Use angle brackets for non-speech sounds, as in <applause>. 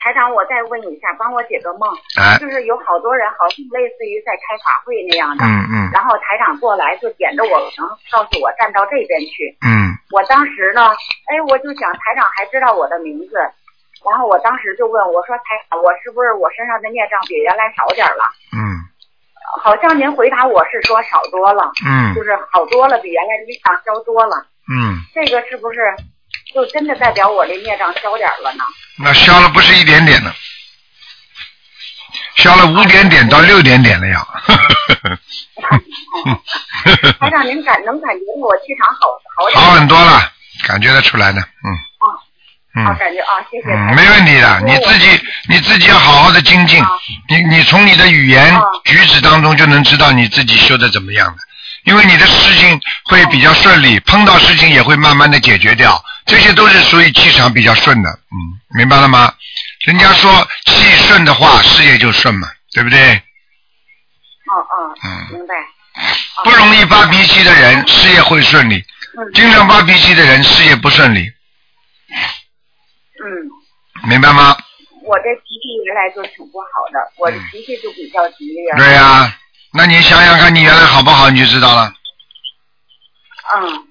台长，我再问一下，帮我解个梦。哎就是有好多人好像类似于在开法会那样的，嗯嗯然后台长过来就点着我，能告诉我站到这边去。嗯我当时呢，哎，我就想台长还知道我的名字，然后我当时就问我说台长，我是不是我身上的孽障比原来少点儿了？嗯好像您回答我是说少多了，嗯就是好多了，比原来孽障消多了。嗯，这个是不是就真的代表我这孽障消点儿 <laughs> 了呢？那消了不是一点点的，消了五点点到六点点了要。台长，您感能感觉到我气场好好点儿 <laughs> 好吗？很多了，感觉得出来的，嗯，啊，嗯，感觉啊，谢谢台嗯，长。没问题的，你自己你自己要好好的精进啊，你你从你的语言啊举止当中就能知道你自己修的怎么样的，因为你的事情会比较顺利，碰到事情也会慢慢的解决掉，这些都是属于气场比较顺的，嗯，明白了吗？人家说气顺的话，事业就顺嘛，对不对？哦哦，嗯，明白。啊不容易发脾气的人，事业会顺利；嗯经常发脾气的人，事业不顺利，嗯，明白吗？我这脾气原来就挺不好的，我的嗯脾气就比较急烈。对呀、那你想想看，你原来好不好，你就知道了。嗯，